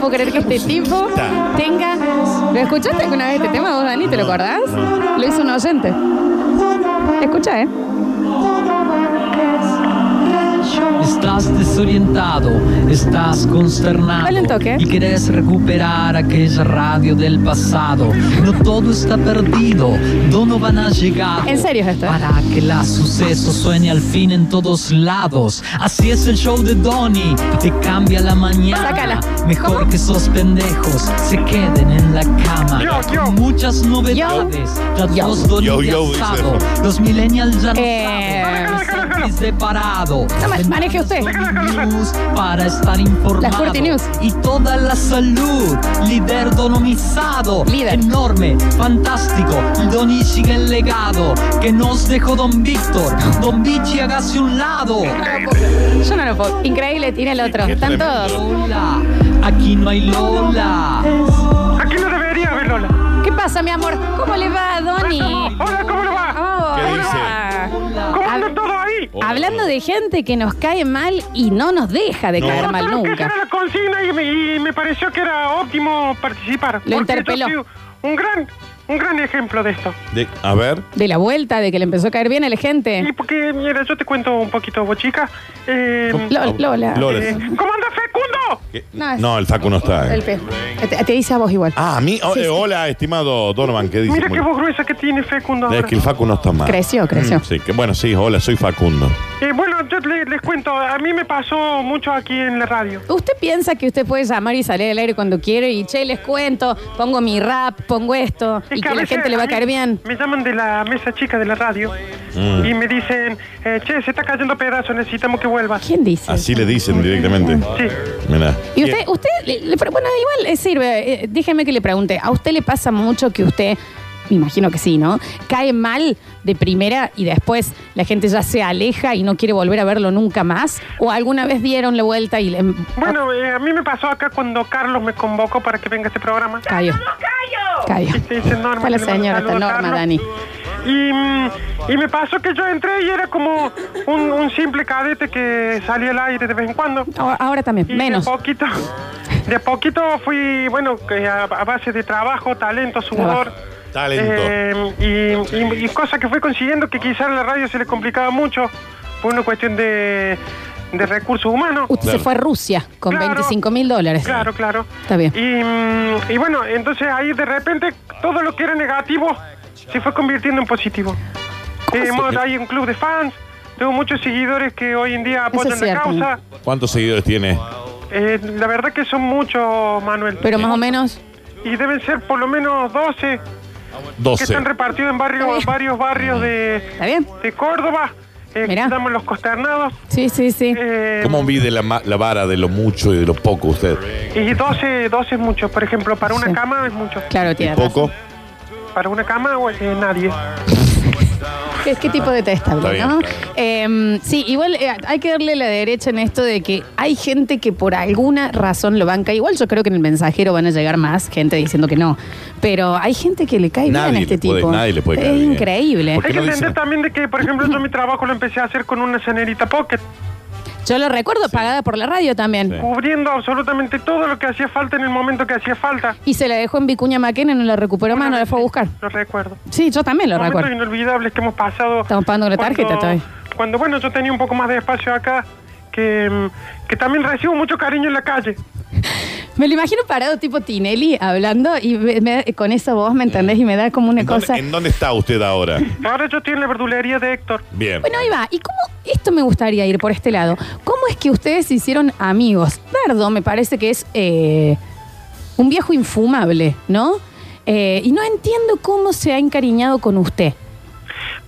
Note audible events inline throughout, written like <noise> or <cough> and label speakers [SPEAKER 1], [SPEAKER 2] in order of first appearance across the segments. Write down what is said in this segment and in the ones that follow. [SPEAKER 1] puedo creer que este tipo
[SPEAKER 2] Ta.
[SPEAKER 1] tenga. ¿Lo escuchaste alguna vez este tema vos, Dani? ¿Te lo acordás? Lo hizo un oyente. Escucha, ¿eh?
[SPEAKER 3] Estás desorientado, estás consternado
[SPEAKER 1] Dale un toque.
[SPEAKER 3] y querés recuperar aquella radio del pasado. No todo está perdido, Donovan ha llegado.
[SPEAKER 1] En serio es esto, ¿eh?
[SPEAKER 3] Para que la suceso suene al fin en todos lados. Así es el show de Donny, te cambia la mañana.
[SPEAKER 1] Sácala.
[SPEAKER 3] Mejor que esos pendejos se queden en la cama. Con Muchas novedades, las
[SPEAKER 1] Yo.
[SPEAKER 3] dos Donny
[SPEAKER 2] Yo,
[SPEAKER 3] de
[SPEAKER 2] yo, dice.
[SPEAKER 3] asado. Los millennials ya no
[SPEAKER 1] Eh.
[SPEAKER 3] saben. Selfies de parado.
[SPEAKER 1] No, ma- maneje usted.
[SPEAKER 3] News para estar informado.
[SPEAKER 1] Las Curti News.
[SPEAKER 3] Y toda la salud. Líder donomizado.
[SPEAKER 1] Líder.
[SPEAKER 3] Enorme, fantástico. Doni sigue el legado que nos dejó Don Víctor. Don Vichy hágase un lado.
[SPEAKER 1] Yo no lo puedo. Increíble, tiene el otro.
[SPEAKER 2] Qué
[SPEAKER 1] Están
[SPEAKER 2] tremendo.
[SPEAKER 1] todos.
[SPEAKER 3] Lola, aquí no hay Lola.
[SPEAKER 4] Aquí no debería haber Lola.
[SPEAKER 1] ¿Qué pasa, mi amor? ¿Cómo le va, Doni?
[SPEAKER 4] Hola, ¿cómo lo va?
[SPEAKER 1] Hola.
[SPEAKER 2] <laughs> ¿Qué dice?
[SPEAKER 3] Lola.
[SPEAKER 4] ¿Cómo
[SPEAKER 1] A-
[SPEAKER 4] anda todo ahí?
[SPEAKER 2] Hola.
[SPEAKER 1] Hablando de gente que nos cae mal y no nos deja de
[SPEAKER 2] No.
[SPEAKER 1] caer
[SPEAKER 4] Solo
[SPEAKER 1] mal
[SPEAKER 4] que esa
[SPEAKER 1] nunca.
[SPEAKER 4] era la consigna y me, y me pareció que era óptimo participar. porque yo
[SPEAKER 1] interpeló.
[SPEAKER 4] soy Un gran, un gran ejemplo de esto.
[SPEAKER 2] De- a ver.
[SPEAKER 1] De la vuelta, de que le empezó a caer bien a la
[SPEAKER 4] Y
[SPEAKER 1] gente.
[SPEAKER 4] porque, mira, yo te cuento un poquito, bochica. Eh,
[SPEAKER 1] Lo- Lola.
[SPEAKER 2] Lola.
[SPEAKER 4] eh, ¿Cómo anda Fecundo?
[SPEAKER 2] ¿Qué?
[SPEAKER 1] No, es-
[SPEAKER 2] No, el Facu no está. eh.
[SPEAKER 1] El pe- Te, te dice a vos igual.
[SPEAKER 2] Ah, a mí. Oh,
[SPEAKER 1] Sí,
[SPEAKER 2] eh,
[SPEAKER 1] sí.
[SPEAKER 2] Hola, estimado Donovan, ¿qué dice?
[SPEAKER 4] Mira qué voz gruesa que tiene Fecundo
[SPEAKER 2] Es
[SPEAKER 4] ahora.
[SPEAKER 2] que el Facu no está mal.
[SPEAKER 1] Creció, creció.
[SPEAKER 2] Mm, sí, que, bueno, sí, hola, soy Facundo.
[SPEAKER 4] Eh, bueno, yo le- les cuento, a mí me pasó mucho aquí en la radio.
[SPEAKER 1] ¿Usted piensa que usted puede llamar y salir al aire cuando quiere y che, les cuento, pongo mi rap, pongo esto
[SPEAKER 4] Es
[SPEAKER 1] y que
[SPEAKER 4] a
[SPEAKER 1] la
[SPEAKER 4] veces
[SPEAKER 1] gente le va a caer
[SPEAKER 4] mí
[SPEAKER 1] bien?
[SPEAKER 4] Me llaman de la mesa chica de la radio
[SPEAKER 2] Mm.
[SPEAKER 4] y me dicen, eh, che, se está cayendo pedazo, necesitamos que vuelvas.
[SPEAKER 1] ¿Quién dice?
[SPEAKER 2] Así le dicen directamente.
[SPEAKER 4] Sí.
[SPEAKER 2] Mirá.
[SPEAKER 1] Y usted, usted le- le- pero bueno, igual eh, sirve. eh, déjeme que le pregunte. ¿A usted le pasa mucho que usted, me imagino que sí, ¿no? Cae mal de primera y después la gente ya se aleja y no quiere volver a verlo nunca más? ¿O alguna vez dieron la vuelta y le. ah,
[SPEAKER 4] Bueno, eh, a mí me pasó acá cuando Carlos me convocó para que venga a este programa.
[SPEAKER 1] Cayó. Cayó.
[SPEAKER 4] Este, dice Norma,
[SPEAKER 1] Está la
[SPEAKER 4] que le mando
[SPEAKER 1] señora,
[SPEAKER 4] saludo
[SPEAKER 1] está
[SPEAKER 4] a
[SPEAKER 1] Norma,
[SPEAKER 4] Carlos.
[SPEAKER 1] Dani.
[SPEAKER 4] Y, mm, y me pasó que yo entré y era como un, un simple cadete que salía al aire de vez en cuando.
[SPEAKER 1] Ahora, ahora
[SPEAKER 4] Y
[SPEAKER 1] también, menos.
[SPEAKER 4] De poquito, de poquito fui, bueno, que a, a base de trabajo, talento, sudor.
[SPEAKER 2] Talento.
[SPEAKER 4] eh, y, y- y cosas que fui consiguiendo que quizás la radio se le complicaba mucho por una cuestión de, de recursos humanos.
[SPEAKER 1] Usted se
[SPEAKER 2] Claro.
[SPEAKER 1] fue a Rusia con
[SPEAKER 4] Claro.
[SPEAKER 1] 25 mil dólares.
[SPEAKER 4] Claro, claro.
[SPEAKER 1] Está bien.
[SPEAKER 4] Y, mm, y bueno, entonces ahí de repente todo lo que era negativo se fue convirtiendo en positivo.
[SPEAKER 1] ¿Cómo
[SPEAKER 4] Tenemos
[SPEAKER 2] se-
[SPEAKER 4] ahí un club de fans, tengo muchos seguidores que hoy en día apoyan
[SPEAKER 1] es
[SPEAKER 4] la
[SPEAKER 1] cierto.
[SPEAKER 4] causa.
[SPEAKER 2] ¿Cuántos seguidores tiene?
[SPEAKER 4] Eh, la verdad que son muchos, Manuel.
[SPEAKER 1] Pero más o menos.
[SPEAKER 4] y deben ser por lo menos 12 que
[SPEAKER 2] 12.
[SPEAKER 4] están repartidos en
[SPEAKER 1] Está
[SPEAKER 4] barrios,
[SPEAKER 1] bien.
[SPEAKER 4] varios barrios de,
[SPEAKER 1] ¿Está bien?
[SPEAKER 4] de Córdoba. Eh,
[SPEAKER 1] Mirá.
[SPEAKER 4] estamos los consternados.
[SPEAKER 1] Sí, sí, sí.
[SPEAKER 4] eh,
[SPEAKER 2] ¿Cómo mide la, ma- la vara de lo mucho y de lo poco usted?
[SPEAKER 4] y 12, 12 es mucho. Por ejemplo, para una
[SPEAKER 1] Sí.
[SPEAKER 4] cama es mucho.
[SPEAKER 1] Claro,
[SPEAKER 2] ¿Y
[SPEAKER 1] tiene razón.
[SPEAKER 2] poco?
[SPEAKER 4] Para una cama eh, nadie.
[SPEAKER 1] ¿Qué, qué tipo de
[SPEAKER 2] Está
[SPEAKER 1] testable,
[SPEAKER 2] bien,
[SPEAKER 1] no?
[SPEAKER 2] está
[SPEAKER 1] Eh, sí, igual eh, hay que darle la derecha en esto de que hay gente que por alguna razón lo banca. Igual yo creo que en el mensajero van a llegar más gente diciendo que no. Pero hay gente que le cae bien
[SPEAKER 2] Nadie
[SPEAKER 1] a este
[SPEAKER 2] le puede-
[SPEAKER 1] tipo.
[SPEAKER 2] nadie le puede
[SPEAKER 1] es
[SPEAKER 2] caer bien.
[SPEAKER 1] increíble.
[SPEAKER 2] ¿Por qué
[SPEAKER 4] Hay que
[SPEAKER 2] no
[SPEAKER 4] entender
[SPEAKER 2] dice?
[SPEAKER 4] también de que, por ejemplo, yo mi trabajo lo empecé a hacer con una cenerita pocket,
[SPEAKER 1] Yo lo recuerdo pagada por la radio también.
[SPEAKER 2] Sí.
[SPEAKER 4] cubriendo absolutamente todo lo que hacía falta en el momento que hacía falta.
[SPEAKER 1] Y se la dejó en Vicuña Maquena, no la recuperó más, no la fue a buscar.
[SPEAKER 4] Lo recuerdo.
[SPEAKER 1] Sí, yo también lo
[SPEAKER 4] Momentos
[SPEAKER 1] recuerdo.
[SPEAKER 4] inolvidables que hemos pasado.
[SPEAKER 1] Estamos pagando la
[SPEAKER 4] cuando-
[SPEAKER 1] tarjeta todavía.
[SPEAKER 4] Cuando, bueno, yo tenía un poco más de espacio acá, que, mm, que también recibo mucho cariño en la calle.
[SPEAKER 1] Me lo imagino parado tipo Tinelli hablando y me- me- con esa voz, ¿me entendés? Y me da como una
[SPEAKER 2] Mm. ¿En dónde,
[SPEAKER 1] cosa...
[SPEAKER 2] en dónde está usted ahora?
[SPEAKER 4] Ahora yo estoy en la verdulería de Héctor.
[SPEAKER 2] Bien.
[SPEAKER 1] Bueno, ahí va. ¿Y cómo? Esto me gustaría ir por este lado. ¿Cómo es que ustedes se hicieron amigos? Dardo me parece que es eh, un viejo infumable, ¿no? Eh, y no entiendo cómo se ha encariñado con usted.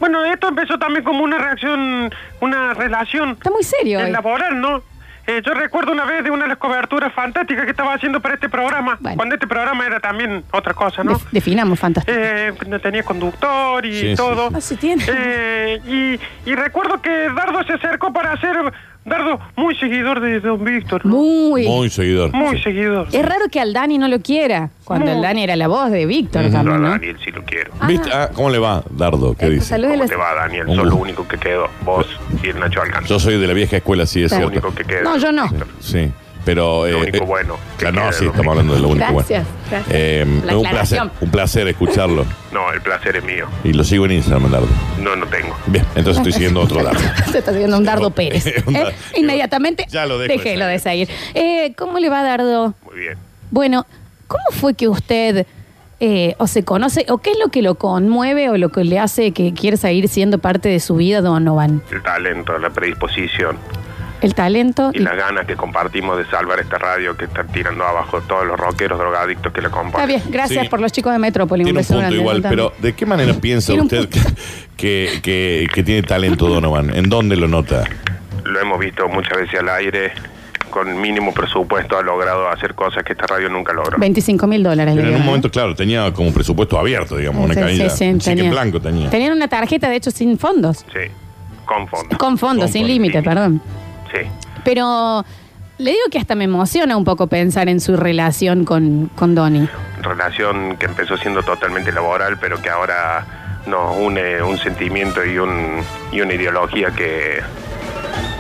[SPEAKER 4] Bueno, esto empezó también como una reacción, una relación
[SPEAKER 1] Está muy serio.
[SPEAKER 4] eh,
[SPEAKER 1] hoy.
[SPEAKER 4] laboral, ¿no? Eh, yo recuerdo una vez de una de las coberturas fantásticas que estaba haciendo para este programa,
[SPEAKER 1] Bueno.
[SPEAKER 4] cuando este programa era también otra cosa, ¿no?
[SPEAKER 1] Def- definamos, fantástico.
[SPEAKER 4] Eh, no tenía conductor y
[SPEAKER 2] Sí, sí,
[SPEAKER 4] todo.
[SPEAKER 2] sí.
[SPEAKER 1] Ah, sí tiene.
[SPEAKER 4] Eh, y, y recuerdo que Dardo se acercó para ser Dardo muy seguidor de Don Víctor. ¿no?
[SPEAKER 1] Muy.
[SPEAKER 2] Muy seguidor.
[SPEAKER 4] Muy
[SPEAKER 2] Sí.
[SPEAKER 4] seguidor.
[SPEAKER 1] Es raro que al Dani no lo quiera, cuando
[SPEAKER 4] Muy.
[SPEAKER 1] el Dani era la voz de Víctor
[SPEAKER 5] Yo a
[SPEAKER 1] también, ¿no?
[SPEAKER 5] Daniel sí lo quiero.
[SPEAKER 2] ¿Viste? Ah, ¿Cómo le va, Dardo? ¿Qué
[SPEAKER 1] Eh,
[SPEAKER 2] dice?
[SPEAKER 1] salúdelo.
[SPEAKER 5] ¿Cómo te va, Daniel?
[SPEAKER 2] Un
[SPEAKER 5] Sos
[SPEAKER 2] gusto.
[SPEAKER 5] lo único que quedó. Vos y el Nacho Alcán.
[SPEAKER 2] Yo soy de la vieja escuela, sí, es
[SPEAKER 1] Está.
[SPEAKER 5] lo
[SPEAKER 2] cierto.
[SPEAKER 5] único que quedó.
[SPEAKER 1] No, yo no.
[SPEAKER 2] Sí. Pero,
[SPEAKER 4] Lo
[SPEAKER 2] eh,
[SPEAKER 4] único
[SPEAKER 2] eh,
[SPEAKER 4] bueno que
[SPEAKER 2] claro, no,
[SPEAKER 4] queda,
[SPEAKER 2] sí,
[SPEAKER 4] ¿no?
[SPEAKER 2] estamos hablando de lo único
[SPEAKER 1] Gracias,
[SPEAKER 2] bueno.
[SPEAKER 1] gracias.
[SPEAKER 2] Eh,
[SPEAKER 1] La
[SPEAKER 2] es un placer,
[SPEAKER 1] aclaración.
[SPEAKER 2] un placer escucharlo.
[SPEAKER 4] No, el placer es mío.
[SPEAKER 2] Y lo sigo en Instagram, Lardo.
[SPEAKER 4] No, no tengo.
[SPEAKER 2] Bien, entonces estoy siguiendo
[SPEAKER 1] <laughs>
[SPEAKER 2] otro lado.
[SPEAKER 1] Se está haciendo un Dardo Pérez.
[SPEAKER 2] Eh, <laughs> un
[SPEAKER 1] ¿eh?
[SPEAKER 2] dardo.
[SPEAKER 1] Inmediatamente.
[SPEAKER 2] Ya lo dejo de
[SPEAKER 1] Déjelo de
[SPEAKER 2] seguir.
[SPEAKER 1] seguir. Eh, ¿Cómo le va, Dardo?
[SPEAKER 4] Muy bien.
[SPEAKER 1] Bueno, ¿cómo fue que usted eh, o se conoce, o qué es lo que lo conmueve o lo que le hace que quiere seguir siendo parte de su vida, Donovan?
[SPEAKER 4] El talento, la predisposición
[SPEAKER 1] El talento.
[SPEAKER 4] y las ganas que compartimos de salvar esta radio que están tirando abajo todos los rockeros drogadictos que la
[SPEAKER 1] Está
[SPEAKER 4] componen.
[SPEAKER 1] bien, gracias
[SPEAKER 2] Sí.
[SPEAKER 1] por los chicos de Metrópoli.
[SPEAKER 2] Tiene un
[SPEAKER 1] beso
[SPEAKER 2] punto
[SPEAKER 1] grande,
[SPEAKER 2] igual,
[SPEAKER 1] Donovan.
[SPEAKER 2] pero ¿de qué manera piensa
[SPEAKER 1] Tiene un
[SPEAKER 2] usted que,
[SPEAKER 1] punto.
[SPEAKER 2] <laughs> que, que tiene talento Donovan? ¿En dónde lo nota?
[SPEAKER 4] Lo hemos visto muchas veces al aire. Con mínimo presupuesto ha logrado hacer cosas que esta radio nunca logró.
[SPEAKER 1] 25 mil dólares. le
[SPEAKER 2] Pero en
[SPEAKER 1] digo,
[SPEAKER 2] un
[SPEAKER 1] ¿no?
[SPEAKER 2] momento, claro, tenía como un presupuesto abierto, digamos, una
[SPEAKER 1] Sí,
[SPEAKER 2] caída.
[SPEAKER 1] sí, sí,
[SPEAKER 2] Cheque
[SPEAKER 1] tenía.
[SPEAKER 2] en blanco tenía.
[SPEAKER 1] Tenían una tarjeta, de hecho, sin fondos.
[SPEAKER 4] Sí, con fondo.
[SPEAKER 1] Con fondos,
[SPEAKER 2] Con
[SPEAKER 1] sin
[SPEAKER 2] fondos.
[SPEAKER 1] límite, perdón.
[SPEAKER 4] Sí.
[SPEAKER 1] Pero le digo que hasta me emociona un poco pensar en su relación con, con Donnie.
[SPEAKER 4] relación que empezó siendo totalmente laboral, pero que ahora nos une un sentimiento y, un, y una ideología que,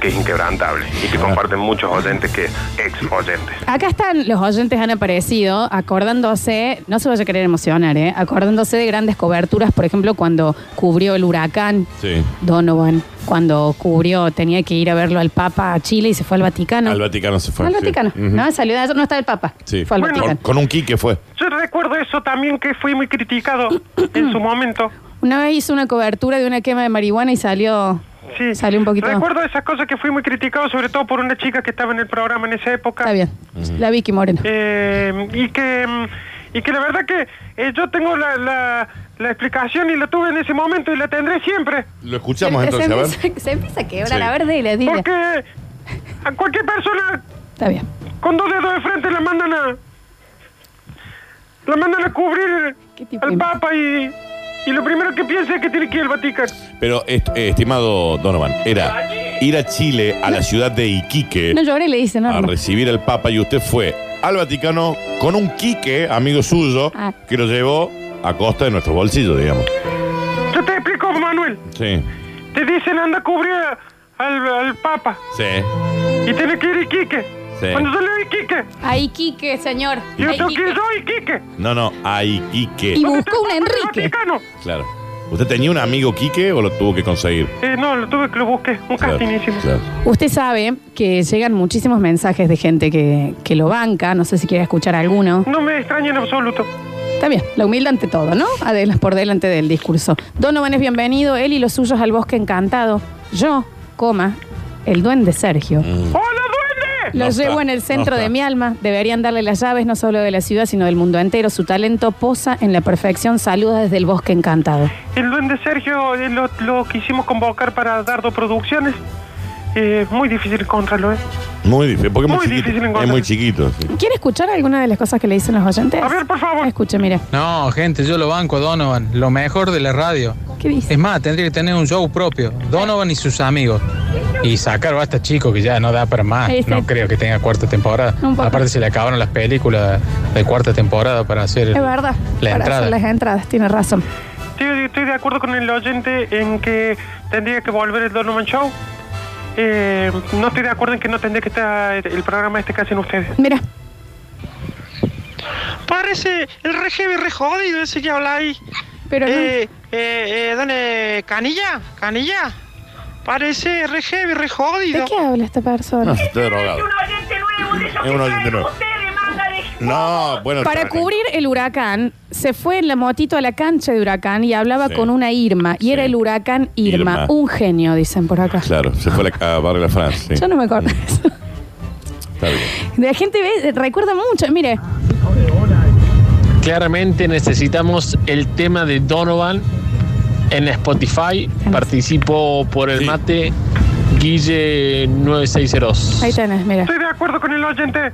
[SPEAKER 4] que es inquebrantable y que comparten muchos oyentes que ex oyentes.
[SPEAKER 1] Acá están, los oyentes han aparecido acordándose, no se vaya a querer emocionar, ¿eh? acordándose de grandes coberturas, por ejemplo, cuando cubrió el huracán
[SPEAKER 2] Sí.
[SPEAKER 1] Donovan, cuando cubrió, tenía que ir a verlo al Papa a Chile y se fue al Vaticano.
[SPEAKER 2] Al Vaticano se fue.
[SPEAKER 1] Al
[SPEAKER 2] sí.
[SPEAKER 1] Vaticano,
[SPEAKER 2] Ujú.
[SPEAKER 1] ¿no? Salió de allá, no está el Papa.
[SPEAKER 2] Sí.
[SPEAKER 1] Fue al
[SPEAKER 4] Bueno.
[SPEAKER 2] Con,
[SPEAKER 1] Vaticano.
[SPEAKER 2] con un Quique fue.
[SPEAKER 4] Yo recuerdo eso también que fui muy criticado en su momento.
[SPEAKER 1] Una vez hizo una cobertura de una quema de marihuana y salió.
[SPEAKER 4] Sí.
[SPEAKER 1] Salió un poquito.
[SPEAKER 4] Recuerdo esas cosas que fui muy criticado, sobre todo por una chica que estaba en el programa en esa época.
[SPEAKER 1] Está bien. La Vicky Moreno.
[SPEAKER 4] Eh, y que mm, y que la verdad que eh, yo tengo la, la, la explicación y la tuve en ese momento y la tendré siempre.
[SPEAKER 2] Lo escuchamos
[SPEAKER 1] se,
[SPEAKER 2] entonces, a ver.
[SPEAKER 1] empieza, se empieza a quebrar,
[SPEAKER 2] Sí.
[SPEAKER 1] a ver, dile, dile.
[SPEAKER 4] Porque a cualquier persona
[SPEAKER 1] Está bien.
[SPEAKER 4] con dos dedos de frente la mandan a. La mandan a cubrir
[SPEAKER 1] ¿Qué tipo de-
[SPEAKER 4] al Papa y. Y lo primero que piensa es que tiene que ir al Vaticano.
[SPEAKER 2] Pero, est- eh, estimado Donovan, era ir a Chile, a la ciudad de Iquique,
[SPEAKER 1] No lloré, le dice,
[SPEAKER 2] a
[SPEAKER 1] no.
[SPEAKER 2] recibir al Papa y usted fue al Vaticano con un Quique, amigo suyo,
[SPEAKER 1] Ah.
[SPEAKER 2] que lo llevó a costa de nuestro bolsillo, digamos.
[SPEAKER 4] Yo te explico, Manuel.
[SPEAKER 2] Sí.
[SPEAKER 4] Te dicen anda a cubrir a- al, al Papa
[SPEAKER 2] Sí.
[SPEAKER 4] y tiene que ir a Iquique.
[SPEAKER 2] Sí.
[SPEAKER 4] Cuando sale de Iquique,
[SPEAKER 1] Ahí, Quique, señor.
[SPEAKER 4] yo
[SPEAKER 1] Ahí,
[SPEAKER 4] tengo que
[SPEAKER 1] Quique.
[SPEAKER 4] ir yo a Iquique.
[SPEAKER 2] No, no, a
[SPEAKER 1] Y
[SPEAKER 2] Iquique.
[SPEAKER 4] ¿Dónde
[SPEAKER 1] buscó un
[SPEAKER 4] está el Papa del
[SPEAKER 1] Enrique.
[SPEAKER 4] Vaticano?
[SPEAKER 2] Claro. ¿Usted tenía un amigo Quique o lo tuvo que conseguir?
[SPEAKER 4] Eh, no, lo tuve que lo busqué. Un
[SPEAKER 2] Claro,
[SPEAKER 4] castinísimo.
[SPEAKER 2] claro.
[SPEAKER 1] Usted sabe que llegan muchísimos mensajes de gente que, que lo banca. No sé si quiere escuchar alguno.
[SPEAKER 4] No me extraña en absoluto.
[SPEAKER 1] Está bien, la humildad ante todo, ¿no? Adelas por delante del discurso. Donovan es bienvenido, él y los suyos al bosque encantado. Yo, coma, el duende Sergio.
[SPEAKER 2] Mm.
[SPEAKER 4] ¡Hola, duende!
[SPEAKER 1] Lo
[SPEAKER 2] No
[SPEAKER 1] llevo
[SPEAKER 2] está,
[SPEAKER 1] en el centro
[SPEAKER 2] no
[SPEAKER 1] de
[SPEAKER 2] está.
[SPEAKER 1] mi alma. Deberían darle las llaves no solo de la ciudad, sino del mundo entero. Su talento posa en la perfección. Saluda desde el bosque encantado.
[SPEAKER 4] El duende Sergio eh, lo, lo quisimos convocar para Dardo Producciones. Eh, muy difícil encontrarlo, ¿eh?
[SPEAKER 2] Muy difícil, porque es muy,
[SPEAKER 4] Muy
[SPEAKER 2] chiquito.
[SPEAKER 4] difícil encontrar.
[SPEAKER 2] es muy chiquito. sí.
[SPEAKER 1] ¿Quiere escuchar alguna de las cosas que le dicen los oyentes?
[SPEAKER 4] A ver, por favor.
[SPEAKER 1] Escuche, mire.
[SPEAKER 5] No, gente, yo lo banco a Donovan, lo mejor de la radio.
[SPEAKER 1] ¿Qué
[SPEAKER 5] Es
[SPEAKER 1] dice?
[SPEAKER 5] más, tendría que tener un show propio, Donovan y sus amigos. Y sacar a este chico que ya no da para más.
[SPEAKER 1] Ahí está.
[SPEAKER 5] No creo que tenga cuarta temporada.
[SPEAKER 1] Un poco.
[SPEAKER 5] Aparte se le acabaron las películas de cuarta temporada para hacer
[SPEAKER 1] Es verdad.
[SPEAKER 5] la
[SPEAKER 1] para
[SPEAKER 5] entrada.
[SPEAKER 1] hacer las entradas, tiene razón.
[SPEAKER 4] Estoy, estoy de acuerdo con el oyente en que tendría que volver el Donovan Show. Eh, no estoy de acuerdo en que no tendría que estar el programa este que hacen ustedes.
[SPEAKER 1] Mira,
[SPEAKER 6] Parece el re heavy, re jodido ese que habla ahí.
[SPEAKER 1] pero no.
[SPEAKER 6] Eh, eh, eh, ¿Dónde? ¿Canilla? ¿Canilla? Parece re heavy, re
[SPEAKER 1] ¿de
[SPEAKER 6] jodido.
[SPEAKER 1] qué habla esta persona?
[SPEAKER 2] No, se está drogado.
[SPEAKER 7] un oyente nuevo de esos
[SPEAKER 2] Es un
[SPEAKER 7] que
[SPEAKER 2] oyente
[SPEAKER 7] traen
[SPEAKER 2] nuevo.
[SPEAKER 7] ustedes, manga de
[SPEAKER 2] No, bueno.
[SPEAKER 1] Para
[SPEAKER 2] está bien.
[SPEAKER 1] cubrir el huracán, se fue en la motito a la cancha de huracán y hablaba
[SPEAKER 2] Sí.
[SPEAKER 1] con una Irma. Y
[SPEAKER 2] Sí.
[SPEAKER 1] era el huracán Irma.
[SPEAKER 2] Irma.
[SPEAKER 1] Un genio, dicen por acá.
[SPEAKER 2] Claro, se fue a la- a Barrio de la Francia. sí.
[SPEAKER 1] Yo no me acuerdo de eso. <laughs>
[SPEAKER 2] Está bien.
[SPEAKER 1] La gente ve- recuerda mucho. Mire,
[SPEAKER 8] Claramente necesitamos el tema de Donovan en Spotify. Participo por el
[SPEAKER 2] Sí.
[SPEAKER 8] mate Guille 9602.
[SPEAKER 1] ahí tenés, mira.
[SPEAKER 4] Estoy de acuerdo con el oyente.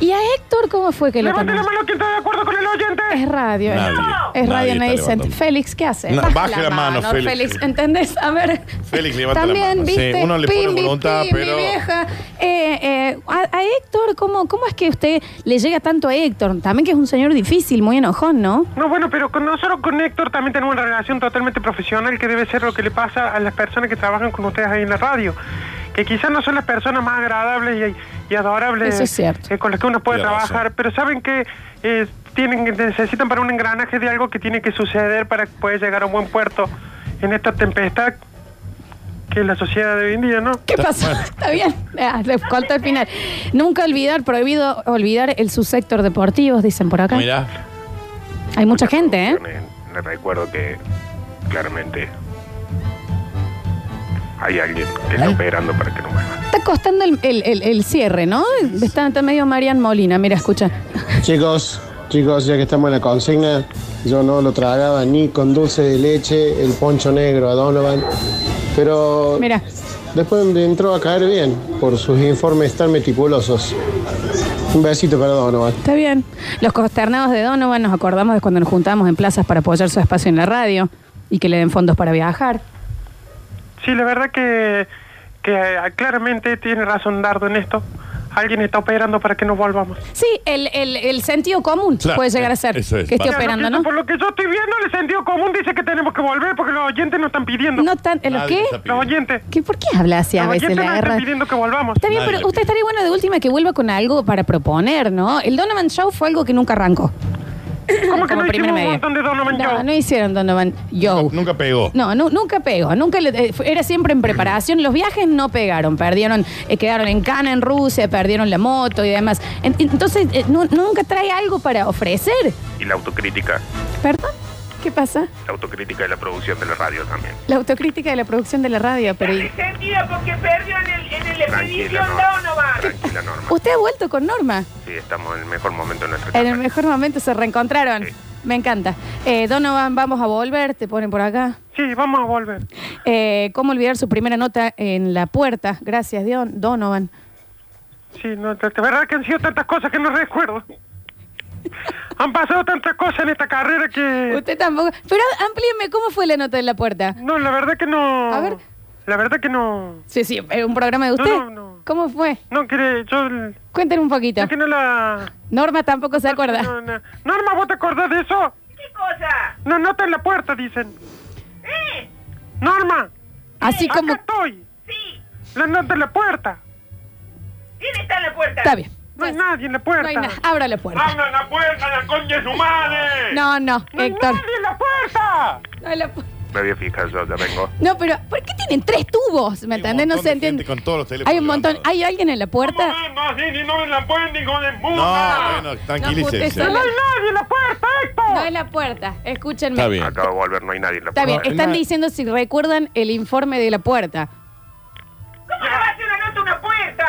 [SPEAKER 1] ¿Y a Héctor cómo fue que lo
[SPEAKER 4] Levante la
[SPEAKER 1] conoce?
[SPEAKER 4] mano quien está de acuerdo con el oyente.
[SPEAKER 1] Es radio. es-
[SPEAKER 2] Nadie.
[SPEAKER 1] Es radio, nadie
[SPEAKER 2] Nadie está
[SPEAKER 1] dice.
[SPEAKER 2] levantando.
[SPEAKER 1] Félix, ¿qué hace?
[SPEAKER 2] No, baje la mano, Félix.
[SPEAKER 1] ¿entendés? A ver.
[SPEAKER 2] Félix, levanta la
[SPEAKER 1] También,
[SPEAKER 2] mano. Sí,
[SPEAKER 1] ¿viste?
[SPEAKER 2] uno le pone
[SPEAKER 1] Pimbi,
[SPEAKER 2] voluntad,
[SPEAKER 1] pimbi,
[SPEAKER 2] pero-
[SPEAKER 1] vieja. Eh, eh, a, a Héctor, ¿cómo, ¿cómo es que usted le llega tanto a Héctor? También que es un señor difícil, muy enojón, ¿no?
[SPEAKER 4] No, bueno, pero con nosotros con Héctor también tenemos una relación totalmente profesional que debe ser lo que le pasa a las personas que trabajan con ustedes ahí en la radio. que quizás no son las personas más agradables y, y adorables
[SPEAKER 1] Eso es cierto.
[SPEAKER 4] eh, con las que uno puede
[SPEAKER 2] Tiene razón.
[SPEAKER 4] trabajar, pero saben que eh, tienen que- necesitan para un engranaje de algo que tiene que suceder para poder llegar a un buen puerto en esta tempestad que es la sociedad de hoy en día, ¿no?
[SPEAKER 1] ¿Qué pasó? <laughs> Está bien. Ah, le corto el final. Nunca olvidar, prohibido olvidar el subsector deportivo, dicen por acá.
[SPEAKER 2] Mirá,
[SPEAKER 1] Hay mucha gente, ¿eh?
[SPEAKER 9] Le recuerdo que claramente hay alguien que está operando para que no mueva.
[SPEAKER 1] Está costando el, el- el- el cierre, ¿no? Está, está medio Marian Molina, mira, escucha.
[SPEAKER 10] Chicos, chicos, ya que estamos en la consigna, yo no lo tragaba ni con dulce de leche, el poncho negro a Donovan, pero
[SPEAKER 1] Mira.
[SPEAKER 10] después me entró a caer bien por sus informes tan meticulosos. Un besito para Donovan.
[SPEAKER 1] Está bien. Los consternados de Donovan nos acordamos de cuando nos juntábamos en plazas para apoyar su espacio en la radio y que le den fondos para viajar.
[SPEAKER 4] Sí, la verdad que, que eh, claramente tiene razón Dardo en esto. Alguien está operando para que no volvamos.
[SPEAKER 1] Sí, el, el- el sentido común
[SPEAKER 2] Claro,
[SPEAKER 1] puede llegar a ser
[SPEAKER 2] eso es,
[SPEAKER 1] que esté
[SPEAKER 2] vale.
[SPEAKER 1] operando,
[SPEAKER 4] Claro,
[SPEAKER 1] ¿no?
[SPEAKER 4] Por lo que yo estoy viendo, el sentido común dice que tenemos que volver porque los oyentes nos están pidiendo.
[SPEAKER 1] No tan, ¿en ¿Lo
[SPEAKER 2] Nadie
[SPEAKER 1] qué?
[SPEAKER 2] está
[SPEAKER 4] Los oyentes.
[SPEAKER 1] ¿Qué? ¿Por qué habla así a
[SPEAKER 4] los
[SPEAKER 1] veces
[SPEAKER 4] oyentes
[SPEAKER 1] la
[SPEAKER 4] nos
[SPEAKER 1] guerra?
[SPEAKER 4] están pidiendo que volvamos.
[SPEAKER 1] Está bien,
[SPEAKER 2] Nadie
[SPEAKER 1] pero
[SPEAKER 2] le
[SPEAKER 1] usted
[SPEAKER 2] pide.
[SPEAKER 1] estaría bueno de última que vuelva con algo para proponer, ¿no? El Donovan Show fue algo que nunca arrancó.
[SPEAKER 4] ¿Cómo que no
[SPEAKER 1] primer
[SPEAKER 4] hicimos un
[SPEAKER 1] medio.
[SPEAKER 4] montón de Donovan
[SPEAKER 1] No,
[SPEAKER 4] Show?
[SPEAKER 1] no hicieron Donovan Yo.
[SPEAKER 2] nunca pegó.
[SPEAKER 1] No, nu- nunca pegó, nunca le- eh, fue- era siempre en preparación. Los viajes no pegaron, perdieron, eh, quedaron en Cana, en Rusia, perdieron la moto y demás. En- entonces, eh, nu- nunca trae algo para ofrecer.
[SPEAKER 9] Y la autocrítica,
[SPEAKER 1] ¿Perdón? ¿Qué pasa?
[SPEAKER 9] la autocrítica de la producción de la radio también.
[SPEAKER 1] La autocrítica de la producción de la radio, pero ¿y-
[SPEAKER 7] Resentida porque perdió en el, en el
[SPEAKER 9] Tranquila,
[SPEAKER 7] expedición
[SPEAKER 9] Norma.
[SPEAKER 7] Donovan.
[SPEAKER 9] Tranquila, Norma.
[SPEAKER 1] usted ha vuelto con Norma.
[SPEAKER 9] Sí, estamos en el mejor momento de nuestra
[SPEAKER 1] En el
[SPEAKER 9] carrera.
[SPEAKER 1] mejor momento se reencontraron.
[SPEAKER 9] Sí.
[SPEAKER 1] Me encanta. Eh, Donovan, vamos a volver, te ponen por acá.
[SPEAKER 4] Sí, vamos a volver.
[SPEAKER 1] Eh, ¿Cómo olvidar su primera nota en la puerta? Gracias, Dion- Donovan.
[SPEAKER 4] Sí, no, la la verdad que han sido tantas cosas que
[SPEAKER 1] <laughs>
[SPEAKER 4] no recuerdo. Han pasado tantas cosas en esta carrera que...
[SPEAKER 1] Usted tampoco. Pero amplíeme, ¿cómo fue la nota en la puerta?
[SPEAKER 4] No, la verdad que no...
[SPEAKER 1] A ver.
[SPEAKER 4] La verdad que no...
[SPEAKER 1] Sí, sí, eh, un programa de usted.
[SPEAKER 4] No, no, no.
[SPEAKER 1] ¿Cómo fue?
[SPEAKER 4] No, que yo...
[SPEAKER 1] Cuéntenme un poquito.
[SPEAKER 4] yo que no la...
[SPEAKER 1] Norma tampoco se
[SPEAKER 4] no,
[SPEAKER 1] acuerda.
[SPEAKER 4] no. Norma, ¿vos te acordás de eso?
[SPEAKER 7] ¿Qué cosa?
[SPEAKER 4] No, nota en la puerta, dicen.
[SPEAKER 7] ¿Eh?
[SPEAKER 4] Norma,
[SPEAKER 1] Así
[SPEAKER 4] acá
[SPEAKER 1] como.
[SPEAKER 4] estoy.
[SPEAKER 7] Sí.
[SPEAKER 4] La nota en la puerta.
[SPEAKER 7] ¿Quién está en la puerta?
[SPEAKER 1] Está bien.
[SPEAKER 4] No hay
[SPEAKER 1] Ya-
[SPEAKER 4] nadie en la
[SPEAKER 1] Pues, no
[SPEAKER 4] puerta.
[SPEAKER 1] hay nada. Abra la puerta.
[SPEAKER 9] ¡Abran la puerta, la concha de su madre!
[SPEAKER 1] No, no,
[SPEAKER 4] ¡No hay
[SPEAKER 1] Héctor.
[SPEAKER 4] nadie en la puerta!
[SPEAKER 1] No, la pu-
[SPEAKER 9] Me voy a fijar yo, ya vengo.
[SPEAKER 1] no, pero ¿por qué tienen tres tubos? ¿Me
[SPEAKER 2] Hay un
[SPEAKER 1] entendés? No
[SPEAKER 2] montón
[SPEAKER 1] se
[SPEAKER 2] de
[SPEAKER 1] entiende.
[SPEAKER 2] gente con todos los teléfonos
[SPEAKER 1] Hay un montón.
[SPEAKER 2] levantados.
[SPEAKER 1] ¿Hay alguien en la puerta?
[SPEAKER 9] No, así ni no me la pueden, hijo de
[SPEAKER 2] No,
[SPEAKER 9] puta. No,
[SPEAKER 2] bueno,
[SPEAKER 1] usted
[SPEAKER 2] tranquilícese.
[SPEAKER 1] solo-
[SPEAKER 4] ¡No hay nadie en la puerta, Héctor!
[SPEAKER 1] No es la puerta. Escúchenme.
[SPEAKER 2] Está bien.
[SPEAKER 9] Acabo de volver, no hay nadie en la
[SPEAKER 1] Está bien.
[SPEAKER 9] puerta.
[SPEAKER 1] Están diciendo si recuerdan el informe de la puerta.
[SPEAKER 7] ¿Cómo le va a hacer una nota a una puerta?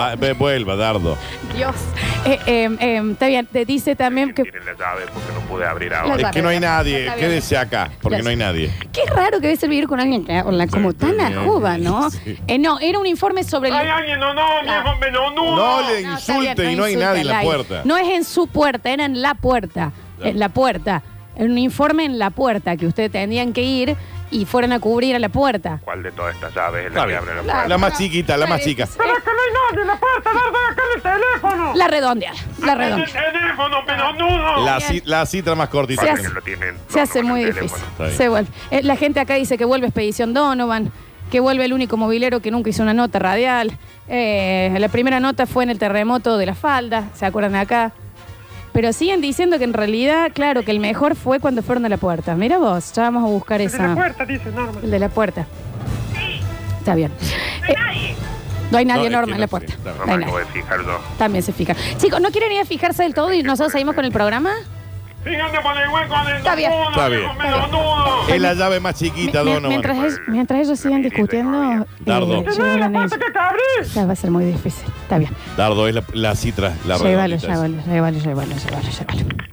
[SPEAKER 2] Va- ve- vuelva, Dardo.
[SPEAKER 1] Dios. Eh, eh, eh, está bien, te dice también que,
[SPEAKER 9] Tienen la llave porque no pude abrir
[SPEAKER 1] La
[SPEAKER 9] ahora.
[SPEAKER 2] Es
[SPEAKER 1] llave.
[SPEAKER 2] que no hay nadie.
[SPEAKER 1] Está bien.
[SPEAKER 2] Quédese acá, porque no hay nadie.
[SPEAKER 1] que es raro que debe ser vivir con alguien que- con la- como
[SPEAKER 2] Sí,
[SPEAKER 1] tan
[SPEAKER 2] bien.
[SPEAKER 1] ajuba, ¿no?
[SPEAKER 2] Sí.
[SPEAKER 1] Eh, no, era un informe sobre el...
[SPEAKER 4] ¡Hay alguien o no, viejo menudo!
[SPEAKER 2] No le
[SPEAKER 1] No, está
[SPEAKER 2] insulte
[SPEAKER 1] bien,
[SPEAKER 2] y no hay
[SPEAKER 1] insulte
[SPEAKER 2] nadie
[SPEAKER 1] al
[SPEAKER 2] en la
[SPEAKER 1] aire.
[SPEAKER 2] puerta.
[SPEAKER 1] No es en su puerta, era en la puerta.
[SPEAKER 2] Ya.
[SPEAKER 1] En la puerta. Era un informe en la puerta que ustedes tendrían que ir y fueron a cubrir a la puerta.
[SPEAKER 9] ¿Cuál de todas estas llaves es
[SPEAKER 2] Está
[SPEAKER 9] la que
[SPEAKER 2] bien.
[SPEAKER 9] abre la
[SPEAKER 1] Claro.
[SPEAKER 2] La
[SPEAKER 9] puerta?
[SPEAKER 2] más chiquita, la más
[SPEAKER 1] Claro,
[SPEAKER 2] chica.
[SPEAKER 1] sí, sí.
[SPEAKER 4] ¡Pero es que no hay nadie en la puerta, Dardo! ¡Acá en el teléfono!
[SPEAKER 1] La redondeada, la
[SPEAKER 4] ¡En el
[SPEAKER 1] redondeada.
[SPEAKER 4] teléfono, menudo!
[SPEAKER 2] La,
[SPEAKER 1] Bien.
[SPEAKER 2] ci- la citra más cortita.
[SPEAKER 1] Se
[SPEAKER 9] Para
[SPEAKER 1] hace-
[SPEAKER 9] que lo tienen
[SPEAKER 1] Se hace
[SPEAKER 9] Donovan
[SPEAKER 1] muy
[SPEAKER 9] en el
[SPEAKER 1] difícil.
[SPEAKER 9] teléfono.
[SPEAKER 2] Está bien.
[SPEAKER 1] Se vuelve. Eh, La gente acá dice que vuelve Expedición Donovan, que vuelve el único movilero que nunca hizo una nota radial. Eh, la primera nota fue en el terremoto de la falda, ¿se acuerdan acá? Pero siguen diciendo que en realidad, claro, que el mejor fue cuando fueron a la puerta. Mira vos, ya vamos a buscar
[SPEAKER 4] El de la
[SPEAKER 1] esa.
[SPEAKER 4] puerta, dice Norma.
[SPEAKER 1] El de la puerta.
[SPEAKER 7] Sí,
[SPEAKER 1] Está bien.
[SPEAKER 7] no hay
[SPEAKER 1] Eh,
[SPEAKER 7] nadie.
[SPEAKER 1] no hay
[SPEAKER 2] No,
[SPEAKER 1] nadie
[SPEAKER 2] es que
[SPEAKER 1] normal en la
[SPEAKER 2] no sé,
[SPEAKER 1] puerta.
[SPEAKER 2] está
[SPEAKER 1] No
[SPEAKER 9] No
[SPEAKER 1] hay
[SPEAKER 9] me
[SPEAKER 1] nadie.
[SPEAKER 9] voy a fijar yo.
[SPEAKER 1] También se fijan. Chicos, ¿no quieren ir a fijarse del todo y nosotros seguimos con el programa?
[SPEAKER 4] ¡Fíjate por el hueco del
[SPEAKER 1] Está bien.
[SPEAKER 4] menudo,
[SPEAKER 2] Está
[SPEAKER 4] viejo
[SPEAKER 2] bien.
[SPEAKER 4] menudo!
[SPEAKER 2] Es la llave más chiquita,
[SPEAKER 1] Mi- mi-
[SPEAKER 2] Donovan.
[SPEAKER 1] mientras, ellos, mientras ellos sigan discutiendo,
[SPEAKER 2] Dardo.
[SPEAKER 1] eh,
[SPEAKER 4] ¡Que no hay
[SPEAKER 1] llegan
[SPEAKER 4] la
[SPEAKER 1] a
[SPEAKER 4] puerta
[SPEAKER 1] ellos.
[SPEAKER 4] que hay que abrir!
[SPEAKER 1] Ya va a ser muy difícil. Está bien.
[SPEAKER 2] Dardo es la, la citra, la
[SPEAKER 1] Llévalo,
[SPEAKER 2] redondita.
[SPEAKER 1] llévalo, llévalo, llévalo, llévalo, llévalo.